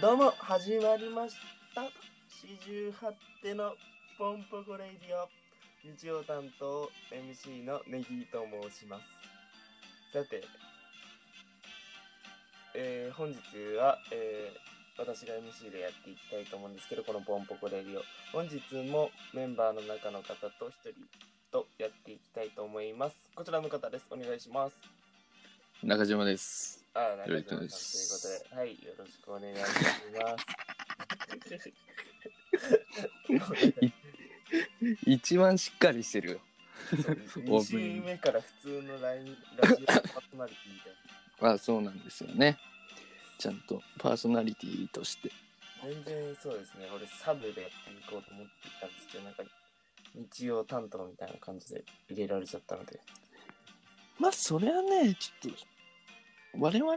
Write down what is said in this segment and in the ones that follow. どうも始まりました四十八手のポンポコレイディオ日曜担当 MC のネギと申しますさて、えー本日は、えー私が MC でやっていきたいと思うんですけどこのポンポコレディオ本日もメンバーの中の方と一人とやっていきたいと思いますこちらの方ですお願いします中島です。ああ、なよろるしくほおど。とい願ういこしとで、はい、よろしくお願いします。一番しっかりしてるよ。 2週目から普通のラインラジオパーソナリティみたいあそうなんですよね。ちゃんとパーソナリティとして。な。全然そうですね、俺サブでやっていこうと思ってたんですけど、なんか日曜担当みたいな感じで入れられちゃったので。まあ、それはね、ちょっと、我々、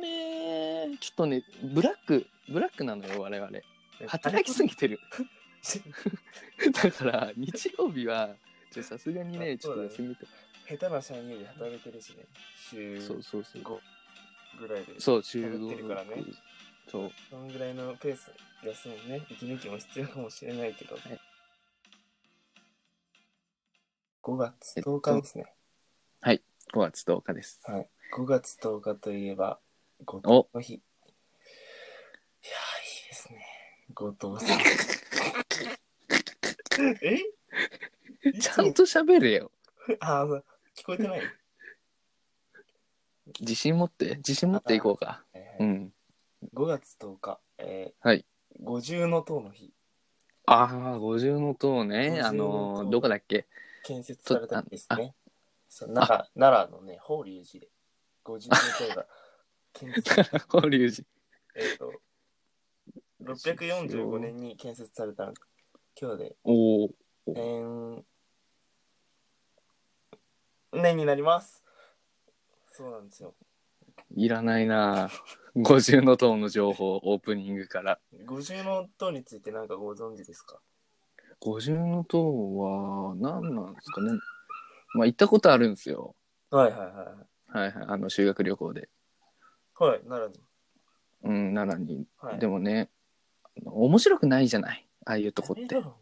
ちょっとね、ブラック、ブラックなのよ、我々。働きすぎてる。下 だから、日曜日は、ちょさすがにね、あちょっそうとだね休みと手な社員より働いてるしね、週そうそうそう。 5ぐらいで。そう、中やっ国てるからね。そう。そのぐらいのペース休むね、息抜きも必要かもしれないけど。い5月えっ10と日ですね。 5月10日です。はい5月10日といえば、後藤の日。いやー、いいですね。後藤 さん。えいちつゃんと喋れよ。あー、聞こえてない、自信持って、自信持っていこうか。うはいん。 5月10日、えーはい。五重の塔の日、ああ、五重の塔ね。五あ重の塔のー、どこだっ け建設されたんですとね。そう奈良奈良のね、法隆寺で、五重の塔が建設 法隆寺。えっと、645年に建設されたの今日でおお。 1000年になります。そうなんですよ。いらないな。五重の塔の情報、オープニングから。五重の塔について何かご存知ですか五重の塔は、何なんですかね。まあ、行ったことあるんですよ。はいはいははいはい。あの、修学旅行で。い。はい、奈良に。うん、奈良に。はい、でもね、あの面白くないじゃない。ああいうとこっえてだ。ろ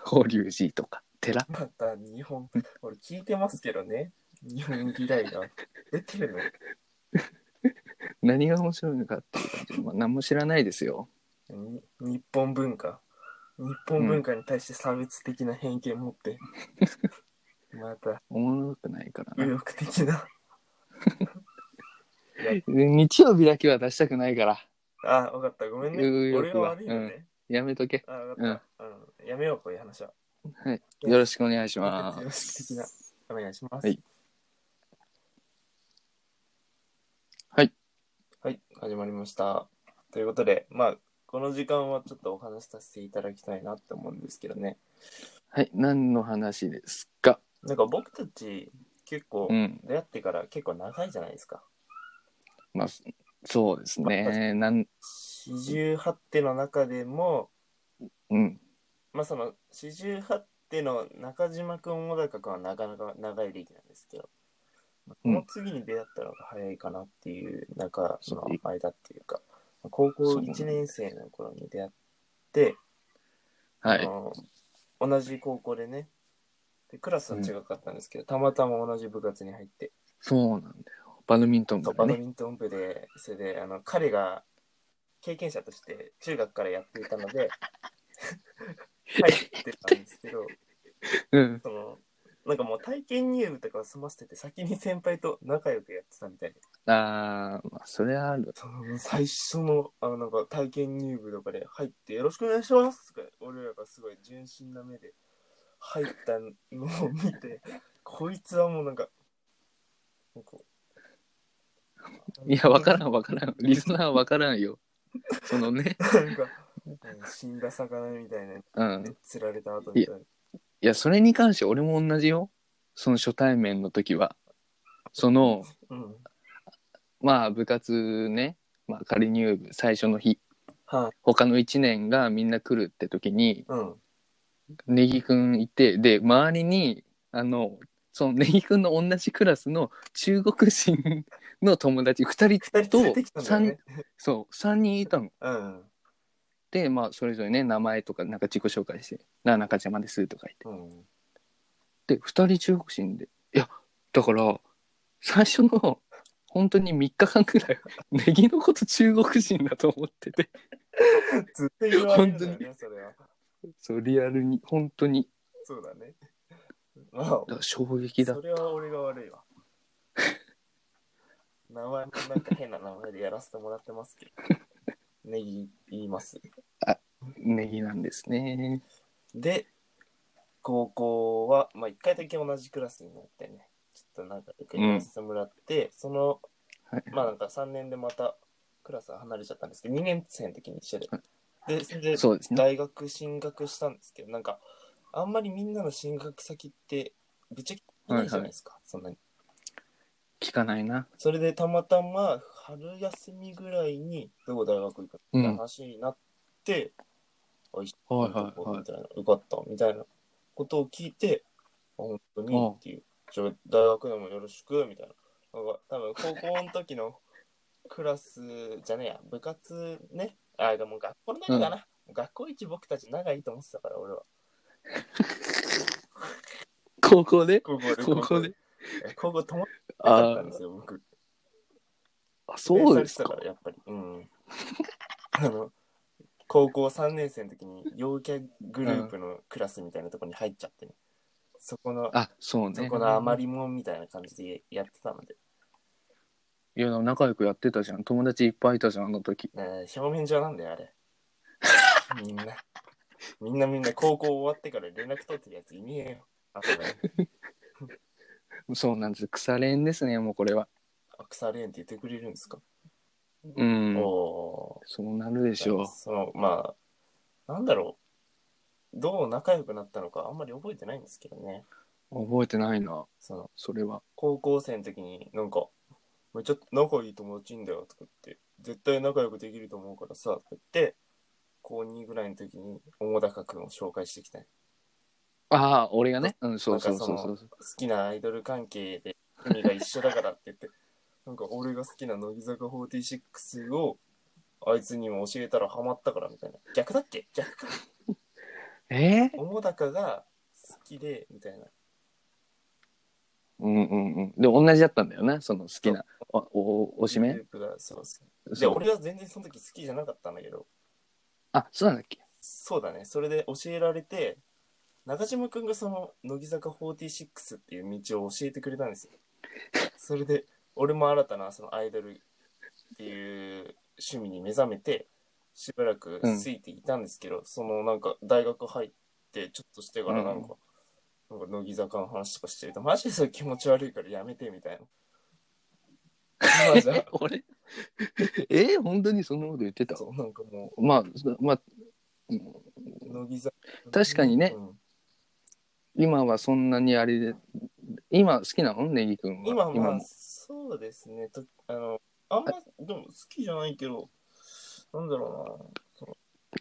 法隆寺とか、寺。また日本、俺聞いてますけどね。日本嫌いが出てるの。何が面白いのかっていうか、まあ、何も知らないですよ。に日本文化日本文化に対して差別的な偏見を持って、またおもろくないから右な。翼的なで日曜日だけは出したくないから、あ分かったごめんね右俺翼がは悪いよね、やめとけ。あ分かった、うんやめようこういう話ははい。よろしくお願いしま右翼的す。なお願いしますはいはいはい始まりましたということでまあこの時間はちょっとお話しさせていただきたいなって思うんですけどねはい、何の話ですか。なんか僕たち結構うん、出会ってから結構長いじゃないですか、まあ、そそうですね。なん、四十八手の中でも、うん、まあ、その四十八手の中島くんもだかくんはなかなか長い歴なんですけど、まあこうんの次に出会ったのが早いかなっていう中そうの間っていうか、高校1年生の頃に出会って、はあい、の同じ高校でね、でクラスは違かったんですけど、たまたま同じ部活に入って、そうなんだよ。バドミントン部バだドね。ミントン部で、それであの彼が経験者として中学からやっていたので、入ってたんですけど、うん、そのなんかもう体験入部とかを済ませてて、先に先輩と仲良くやってたみたいで、あー、まあ、それはある。その最初のあのなんか体験入部とかで入って、よろしくお願いしますとか、俺らがすごい純真な目で入ったのを見て、こいつはもうなんか、なんかいや、わからん、わからん。リスナーはわからんよ。そのね、なんか、死んだ魚みたいな、うん。釣られた後みたいな。いや、それに関して俺も同じよ。その初対面の時は。その、うん。まあ、部活ね、まあ、仮入部最初の日、はい。他の1年がみんな来るって時に、うん。ネギくんいて、で、周りに、あの、そのネギくんの同じクラスの中国人の友達2人二人連れとてきたんだよ三ね。そう3人いたの。うん。でまあそれぞれね名前とかなんか自己紹介して「なあ中島です」とか言って。うん。で2人中国人でいやだから最初の本当に3日間くらいは ネギのこと中国人だと思っててずっと言われるんだよね、それは。そうリアルに本当にそうだね。まだかあ、ら衝撃だそれは俺が悪い わ。名前もなんか変な名前でやらせてもらってますけ ど。ネギ言います。ネギなんですねで、高校は、まあ、一回だけ同じクラスになってね、ちょっとなんか受けさせてもらって、その、はいまあなんか3年でまたクラスは離れちゃったんですけど、2年生の時に一緒で。で、それでそうですね大学進学したんですけど、なんか、あんまりみんなの進学先って、ぶっちゃけ聞いないじゃないですか、そんなに。聞かないなそれでたまたま春休みぐらいに、どこ大学行くかって話になって、おいしはいどはいこはいみたいな、よかったみたいなことを聞いて、あ本当にっていう、ちょ大学でもよろしくみたいな。なんか多分高校の時のクラスじゃねえや、部活ね、あ、でも学校の中かな。学校一僕たち仲いいと思ってたから、俺は。高校で高校で。高校で。高校友達だったあんですよ、僕。あそうです期待されてたかからやっぱりうんあの高校3年生の時に陽キャグループのクラスみたいなとこに入っちゃってね、そこのあそうねそこの余りもんみたいな感じでやってたので、いやでも仲良くやってたじゃん友達いっぱいいたじゃんあの時えー表面上なんだよあれ みんなみんなみんな高校終わってから連絡取ってるやついねえよあとね そうなんです腐れ縁ですねもうこれはあ腐れ縁って言ってくれるんですか、うんおーそうなるでしょうそのまあなんだろうどう仲良くなったのかあんまり覚えてないんですけどね覚えてないなそのそれは高校生の時になんか「めっちゃ仲いい友達いんだよ」とか言って「絶対仲良くできると思うからさ」とか言って高2ぐらいの時に桃高君を紹介してきたねああ俺がねうんそうそうそうそう好きなアイドル関係で海が一緒だからって言って なんか俺が好きな乃木坂46をあいつにも教えたらハマったからみたいな逆だっけ逆かえー、桃高が好きでみたいなうんうんうん。で、同じだったんだよね、その好きな、お、お、おしグめループがそうそうでそう俺は全然その時好きじゃなかったんだけどあ、そうなんだっけ、そうだね。それで教えられて、中島くんがその乃木坂46っていう道を教えてくれたんですよ。それで、俺も新たなそのアイドルっていう趣味に目覚めて、しばらくついていたんですけど、そのなんか大学入ってちょっとしてからなんか、なんか乃木坂の話とかしてると、マジでそれ気持ち悪いからやめてみたいな。今じゃ俺 えー、本当にそんなこと言ってたそう、なんかもまあ、そまあ、うんう、乃木坂。確かにねうん今はそんなにあれで、今好きなのネギくんは。今まあもそうですねとあのあんまでも好きじゃないけどなんだろ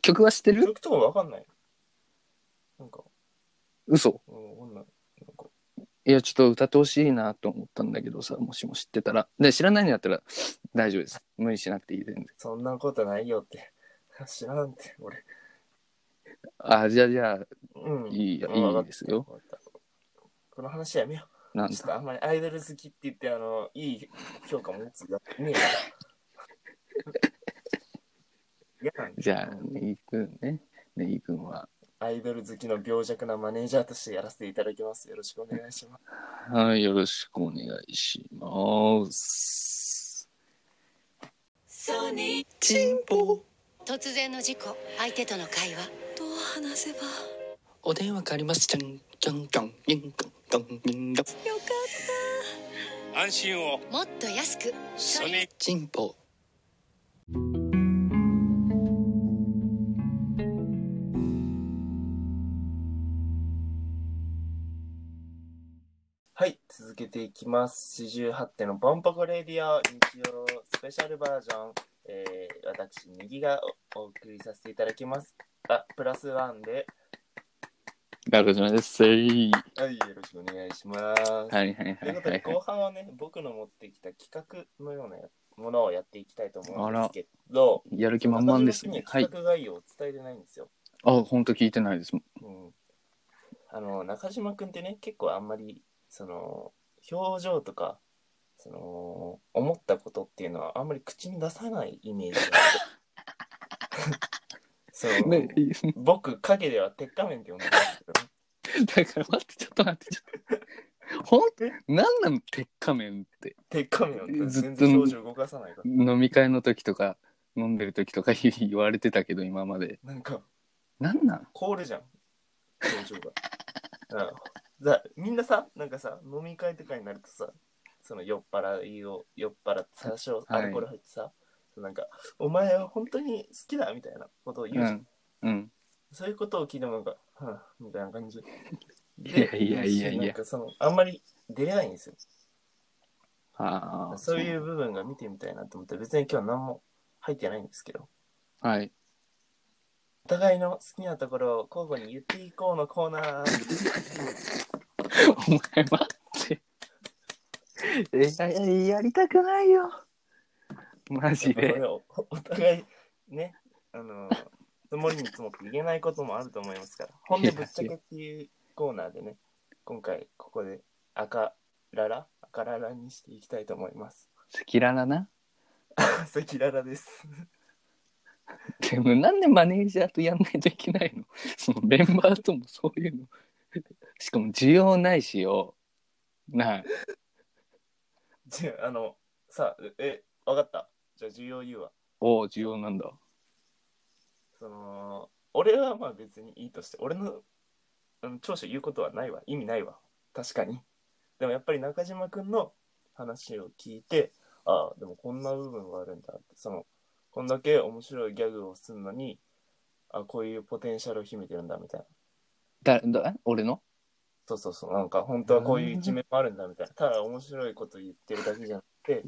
曲は知ってうなる曲とかわかんないなんか嘘。うんわかんないなんかいや、ちょっと歌ってほしいなと思ったんだけどさ、もしも知ってたら。で、知らないんだったら大丈夫です。無理しなくていい、全然。そんなことないよって 知らんって俺あ、じゃあじゃあ、うんいいや、うんわいかいっですよ。たわかったこの話やめよなんうだちょっとあんまりアイドル好きって言ってあのいい評価持つやつねえから 嫌なんだよじゃあ、ネギくんね。ネギくんは。アイドル好きの病弱なマネージャーとしてやらせていただきますよろしくお願いしますはい、よろしくお願いします。ソニーチンポ突然の事故相手との会話どう話せばお電話変わりますじゃんじゃんじゃんじゃんじゃんじゃんじゃん安心をもっと安くソニーチンポはい、続けていきます。48手のボンポコレディオ日曜スペシャルバージョン。えー、私、右がおお送りさせていただきます。あ、プラスワンで、ガルジョナです。せいはい、よろしくお願いします。はいはいとはいいうこはとで、いは後い。半はね、僕の持ってきた企画のようなやものをやっていきたいと思うんですけど、やる気満々ですね。中島君には。はい企画概要を伝えてないんですよ。あ、本当聞いてないです。うんあの中島君ってね結構あんまりその表情とかその思ったことっていうのはあんまり口に出さないイ メージがあってそう、ね、僕影では鉄仮面って呼んでますけどね だから待って、ちょっと待って、ちょっと。ほんなんなの、鉄仮面って。鉄仮面はずっ全と然表情動かさないか飲み会の時とか、飲んでる時とか 言われてたけど、今まで。らなんかなんなん凍るじゃん表情がうんだみんなさなんかさ飲み会とかになるとさその酔っ払いを酔っ払って多少アはいルコール入ってさ、なんか「お前は本当に好きだ」みたいなことを言うじゃん、うん。うん。そういうことを聞いてもなんか「はぁみたいな感じいでやいやいやいなんや。かそのあんまり出れないんですよああ。そういう部分が見てみたいなと思って別に今日何も入ってないんですけどう。はい。 お互いの好きなところを交互に言っていこうのコーナーお前待って。 いやいや、やりたくないよ。マジこで。れをおお 互いね、あのー、積もりに積もって言えないこともあると思いますから、本音ぶっちゃけっていうコーナーでね、今回ここで赤ララ、赤ララにしていきたいと思います。 好きららな。赤ララです。 でもなんでマネージャーとやんないといけないの そのメンバーともそういうの。 しかも需要ないしよ。なあじゃあ、あの、さあ、え、わかった。じゃあ、重要言うわ。おお、需要なんだ。その、俺はまあ別にいいとして、俺のあの長所言うことはないわ。意味ないわ。確かに。でもやっぱり中島くんの話を聞いて、ああ、でもこんな部分があるんだって、その、こんだけ面白いギャグをするのに、あこういうポテンシャルを秘めてるんだみたいな。だ、だ、俺のそうそうそう、なんか本当はこういう一面もあるんだみたいな。ただ面白いこと言ってるだけじゃなくて、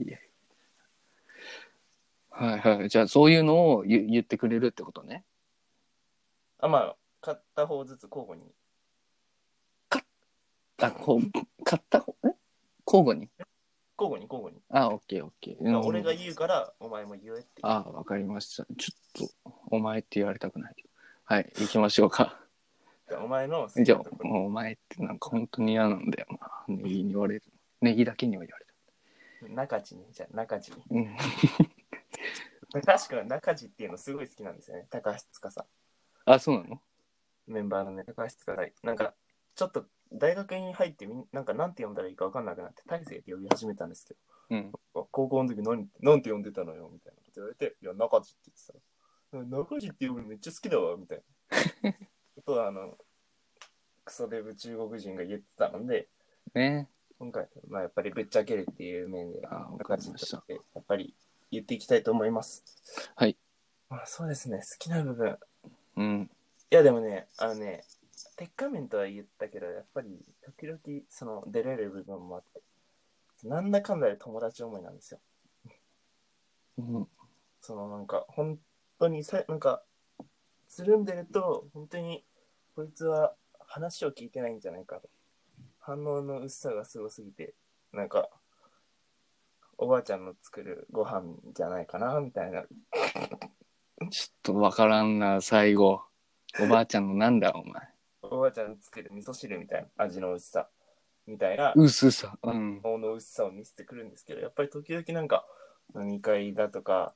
はいはい。じゃあそういうのを言言ってくれるってことね。あ、まあ、買った方ずつ交互に。あ、こう、買った方、え交互に。交互に交互に。あ、オッケーオッケー。俺がう言うから、お前も言えって。ん。あ、わかりました。ちょっと、お前って言われたくないけど。はい、行きましょうか。 お前の好きじゃなあところ、お前ってなんか本当に嫌なんだよな。ネギに言われる。ネギだけには言われた。中地ね、じゃあ中地。うん。確 か中地っていうのすごい好きなんですよね。高橋司さあ、そうなのん。メンバーのね、高橋司さん。なんか、ちょっと大学に入ってみん、なんかなんて呼んだらいいかわかんなくなって、大勢って呼び始めたんですけうん。ど、高校の時何、なんて呼んでたのよみたいなこと言われて、いや、中地って言ってたらうん、中地って呼ぶのめっちゃ好きだわ、みたいな。あとは、あの、クソデブ中国人が言ってたので、ね。今回、まあ、やっぱりぶっちゃけるっていう面で、あわ中かり地まとしたして、やっぱり言っていきたいと思います。はい。まあ、そうですね、好きな部分。うん。いやでもね、あのね、鉄仮面とは言ったけど、やっぱり時々その出れる部分もあって、なんだかんだで友達思いなんですよ。うんそのなんか、本当にさ、なんか、つるんでると、本当に、こいつは話を聞いてないんじゃないかと。反応の薄さがすごすぎて、なんか、おばあちゃんの作るご飯じゃないかな、みたいな。ちょっとわからんな、最後。おばあちゃんのなんだ、お前。おばあちゃんの作る味噌汁みたいな味の薄さ、みたいな。薄さ。うん。顔の薄さを見せてくるんですけどやっぱり時々なんか飲み会だとか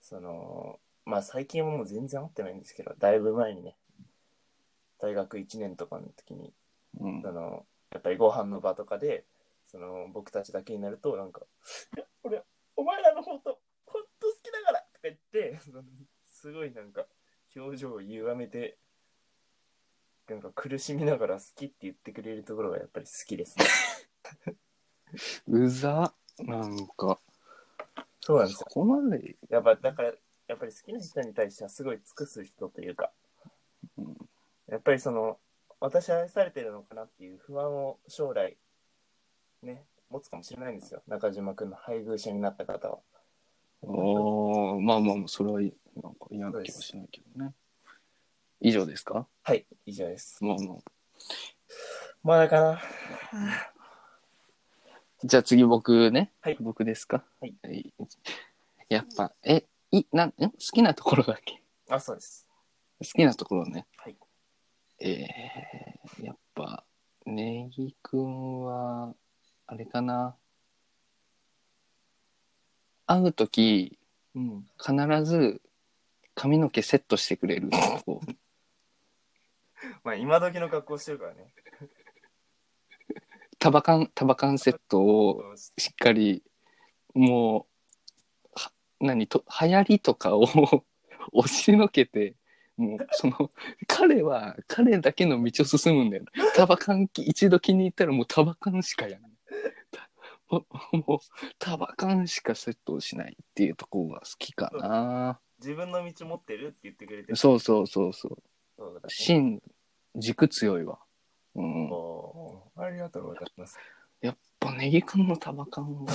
そのまあ最近はもう全然会ってないんですけどだいぶ前にね大学1年とかの時にうんそのやっぱりご飯の場とかでその僕たちだけになるとなんか 「いや俺お前らの方と本当好きだから」とか言って そのすごいなんか表情を歪めてなんか苦しみながら好きって言ってくれるところがやっぱり好きですね。うざ。なんか、そうなんですよそこまで。やっぱだからやっぱり好きな人に対してはすごい尽くす人というか、うんやっぱりその私愛されてるのかなっていう不安を将来ね持つかもしれないんですよ中島君の配偶者になった方はおーまあまあまあ、それはいいなんか嫌な気はしないけどね。以上ですかはい以上ですまあまあ、まだかな。じゃあ次僕ね。はい僕ですか。はいい。やっぱ、え、い、なん、ん好きなところだっけあ、そうです。好きなところね。はい。えー、やっぱ、ネギくんは、あれかな。会うとき、うん。必ず髪の毛セットしてくれる。こうまあ、今時の格好してるからね。タバカン、タバカンセットをしっかり、もう、は何と、流行りとかを 押しのけて、もう、その、彼は、彼だけの道を進むんだよ。タバカンき、一度気に入ったらもうタバカンしかやんない。たもうもう、タバカンしかセットをしないっていうところが好きかな。自分の道持ってるって言ってくれてる。そうそうそうそう。そうだね芯、軸強いわ。うん。やおーありがとうございます。っぱネギ君のタバカ ンは、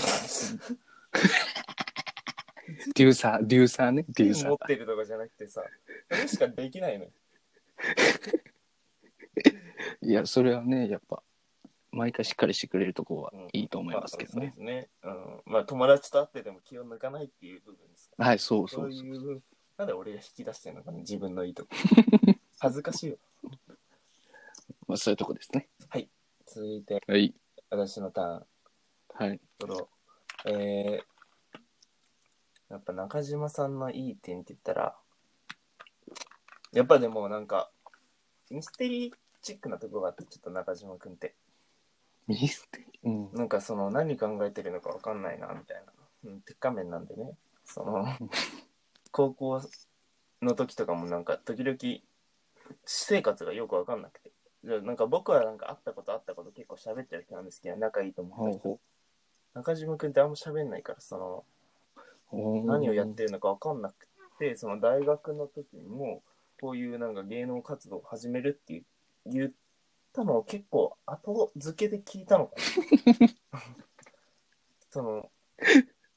デューサー、デューサーね、デューサー持っ。てるとかじゃなくてさ、それしかできないのよ。いや、それはね、やっぱ、毎回しっかりしてくれるとこはうんいいと思いますけどまあね。そうですね。うん。まあ、友達と会ってでも気を抜かないっていう部分ですかはい、そうそそううそう。いう、なんで俺が引き出してるのかな、自分のいいとこ。恥ずかしいわ。まあ、そういうとこですね。続いて、はい。私のターン。はい。このえー、やっぱ中島さんのいい点って言ったら、やっぱでもなんか、ミステリーチックなとこがあって、ちょっと中島くんって。ミステリー。うん。なんかその何考えてるのかわかんないな、みたいな。うん、鉄仮面なんでね。その、高校の時とかもなんか時々、私生活がよくわかんなくて。でなんか僕はなんか会ったことあったこと結構喋っちゃう人なんですけど、仲いいと思うほんうだけどほ中島くんってあんま喋んないから、その、う。何をやってるのか分かんなくてその大学の時にもこういうなんか芸能活動を始めるって言ったのを結構後付けで聞いたのかな その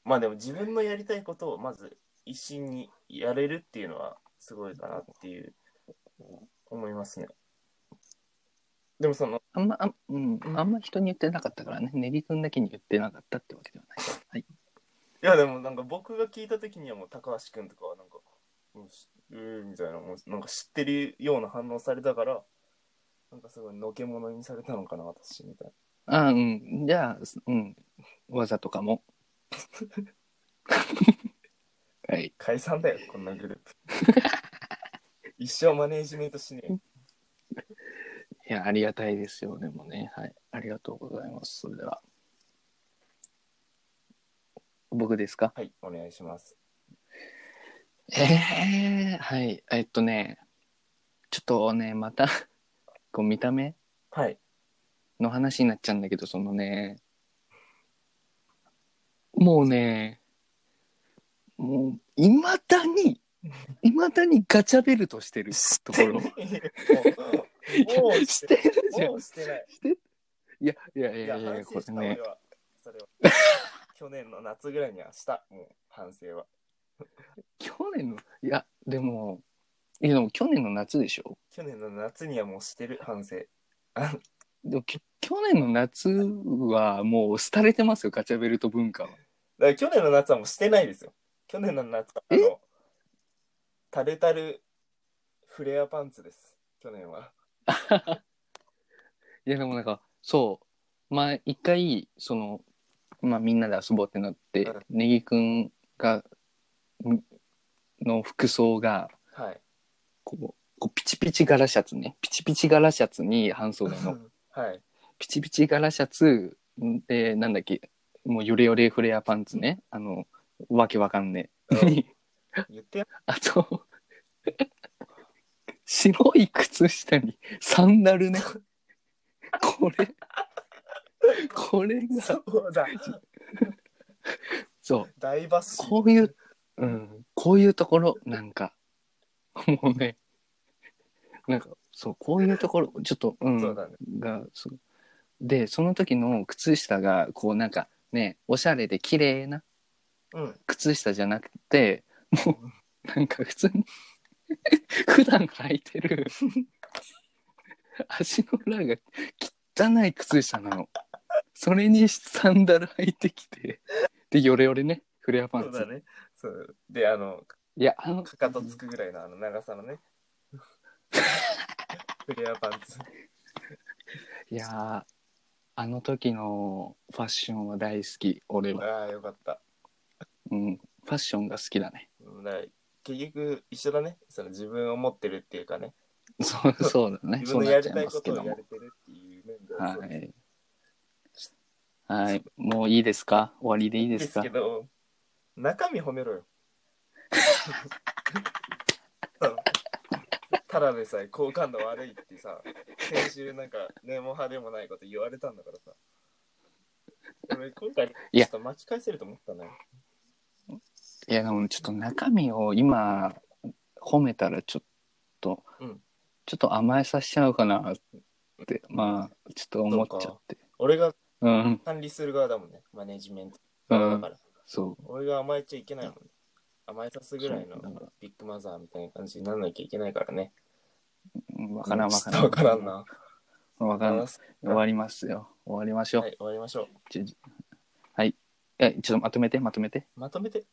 まあでも自分のやりたいことをまず一心にやれるっていうのはすごいかなっていう思いますねでもそのあんま、あんうん、あんま人に言ってなかったからね。ネギ君だけに言ってなかったってわけではない。はい。いやでもなんか僕が聞いた時にはもう高橋くんとかはなんか「うんしうーみたいなもうなんか知ってるような反応されたからなんかすごいのけものにされたのかな私みたいああ、うん。じゃあ、すうん。技とか も。はい。な解散だよこんなグループ一生マネージメントしねえよいや、ありがたいですよ。でもね。はい。ありがとうございます。それでは。僕ですかはいお願いしますええはい。えっとね、ちょっとね、また、こう見た目はいの話になっちゃうんだけど、そのね、もうね、もう、いまだに、いまだにガチャベルトしてるとこ ろ。もうもうしして てるじゃんも。うしてないいや、いやいいややいやい反や、省こしたれ俺ね、はそれは去年の夏ぐらいにはしたもう反省は去年の、いや、でも、いや、でも去年の夏でしょ去年の夏にはもうしてる反省あでもき去年の夏はもう廃れてますよ、ガチャベルト文化は。だから去年の夏はもうしてないですよ。去年の夏は、あの、タルタルフレアパンツです。去年は。いやでもなんかそうまあ一回その、まあ、みんなで遊ぼうってなって、うんネギくんがんの服装がはい。こうこうピチピチ柄シャツねピチピチ柄シャツに半袖のはい。ピチピチ柄シャツでなんだっけもうヨレヨレフレアパンツねあのわけわかんねえ、うん言ってよあと白い靴下にサンダルねこれこれがそうだ。そう、大バス。こういう、うん、こういうところ、なんか、もうね、なんか、そう、こういうところ、ちょっと、うん、そうだね。が、そう。で、その時の靴下が、こう、なんか、ね、おしゃれで綺麗なうん。靴下じゃなくて、も う、なんか普通に、普段履いてる足の裏が汚い靴下なの。それにサンダル履いてきて、で、ヨレヨレね、フレアパンそうツ。だね。そう。で、あの、いや、あの、かかとつくぐらいのあの長さの ね。フレアパンツ。いやーあの時のファッションは大好き、俺は。ああ、よかった。うん、ファッションが好きだね。うんだから結局、一緒だね。その自分を持ってるっていうかね。 そう、そうだね。自そう分のなやっちりゃたいいまこすけとどをやもれ。てるっていう面でははそうですい。はい、もういいですか終わりでいいでですすかけど、中身褒めろよ。ただでさえ好感度悪いってさ、先週なんかネモ派でもないこと言われたんだからさ。俺今回いちょやっと巻き返せると思ったのよ。いや、でもちょっと中身を今、褒めたらちょっと、うんちょっと甘えさせちゃうかなって、まあ、ちょっと思っちゃって。俺がうん、管理する側だもんね、マネジメント側だから。そう。俺が甘えちゃいけないもんね。甘えさすぐらいのそうだからビッグマザーみたいな感じにならなきゃいけないからね。うんわからんわからん。わからんな。わからん。終わりますよ。終わりましょうは。い、終わりましょう。ちょちょはい。え、ちょっとまとめて、まとめて。まとめて。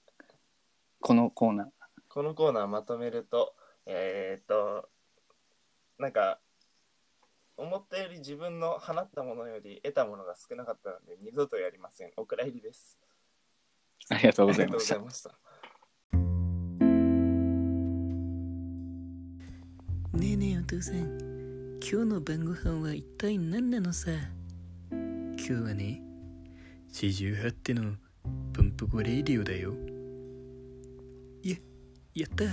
このコーナー。このコーナーまとめるとえーっとなんか思ったより自分の放ったものより得たものが少なかったので二度とやりませんお蔵入りですありがとうあごりざがいとうまごしざたい。ましたねえねえお父さん今日の晩ご飯は一体何なのさ今日はね四十八手のパンプコレイディオだよやった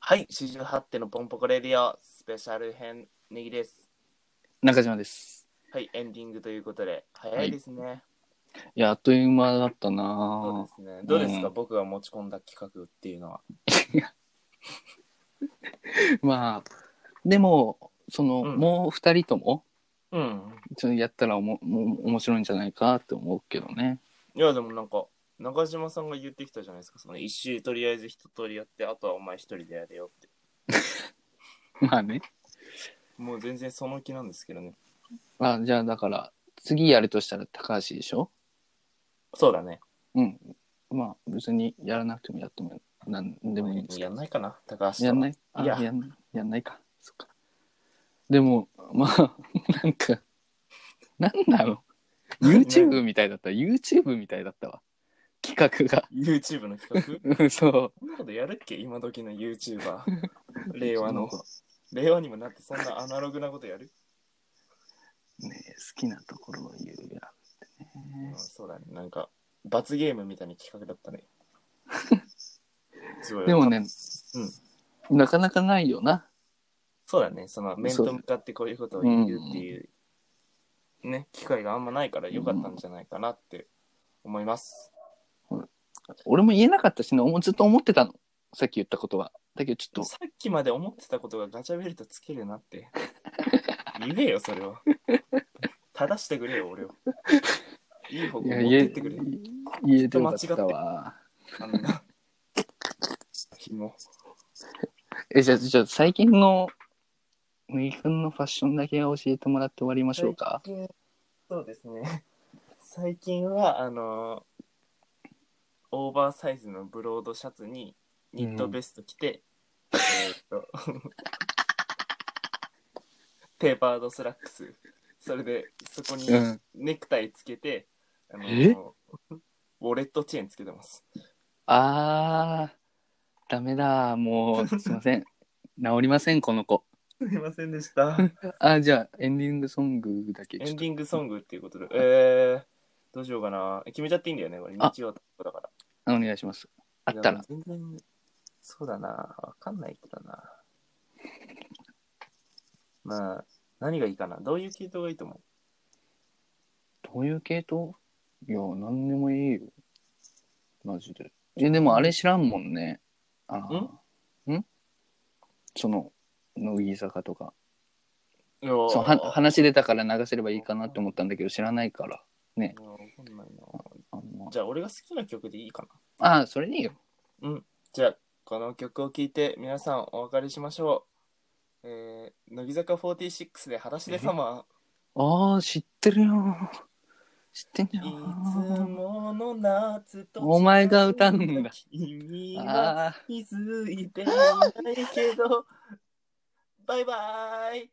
はい四十八手のポンポコレディオスペシャル編ネギです中島です。はいエンディングということで早いですね、いや、あっという間だったそうなですねどうですか、うん僕が持ち込んだ企画っていうのはぁまあ、でも、その、うんもう二人とも、うんちょっとやったらおもも面白いんじゃないかって思うけどね。 いやでもなんか中島さんが言ってきたじゃないですかその一周とりあえず一通りやってあとはお前一人でやれよってまあね。もう全然その気なんですけどね。あじゃあだから、次やるとしたら高橋でしょそうだね。うん。まあ、別にやらなくてもやってもなんでもいいんですけやどん。ないかな、高橋。やんないいあいややんやんないか。そっか。でも、 まあ、なんか、なんなの ?YouTube みたいだった。YouTube みたいだったわ。企画 YouTube の企画が。 うん、そう。そんなことやるっけ今時の YouTuber。令和なんのか。令和にもなってそんなアナログなことやる、ね好きなところを言うやってうねん。そうだね。なんか、罰ゲームみたいな企画だった ね。すごい。でも、ね、なかなかないよな。そうだね。その面と向かってこういうことを言うっていう、ね、機会があんまないから良かったんじゃないかなって思います。俺も言えなかったしね、おもずっと思ってたの。さっき言ったことは。だけどちょっさっきまで思ってたことがガチャベルトつけるな って。言えよ、それは。正してくれよ、俺を。いい方と、向い持や、ってっ言えてくれ。、言えてよかったわ。あん な。紐。え、じゃあ、じゃあ最近の、むぎくんのファッションだけ教えてもらって終わりましょうか。そうですね。 最近は、あのオーバーサイズのブロードシャツにニットベスト着て、えーっと、 テーパードスラックス。それで、そこに、うん。ネクタイつけて、あのえウォレットチェーンつけてます。あー、ダメだ。もう、すいません。治りません、この子。すいませんでした。あ、じゃあ、エンディングソングだけ。エンちょっデとィングソングっていう ことで、えー、どうしようかな。決めちゃっていいんだよね、これ。あ日曜とかだから。あお願いします。あったいやら。全然、そうだな。わかんないけどな。 まあ、何がいいかな。どういう系統がいいと思どういう系統いや、なんでもいいよ。マジで。え、でもあれ知らんもんね。あんんその、乃木坂とか。いやーそうは話出たから流せればいいかなって思ったんだけど知らないからいやわかんないなあのじゃあ、俺が好きな曲でいいかな。ああそれでいいよじゃあ、この曲を聴いて皆さんお別れしましょう。えー、乃木坂46で裸足で様。ああ知ってるよ知ってんじいゃつんもの夏と。お前が歌うんだ。君はあ気づいていないけど。バイバイ。